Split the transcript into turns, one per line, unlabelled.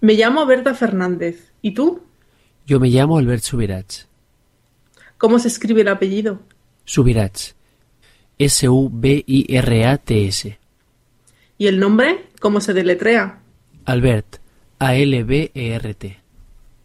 Me llamo Berta Fernández. ¿Y tú?
Yo me llamo Albert Subirats.
¿Cómo se escribe el apellido?
Subirats. S-U-B-I-R-A-T-S.
¿Y el nombre? ¿Cómo se deletrea?
E Albert. A-L-B-E-R-T.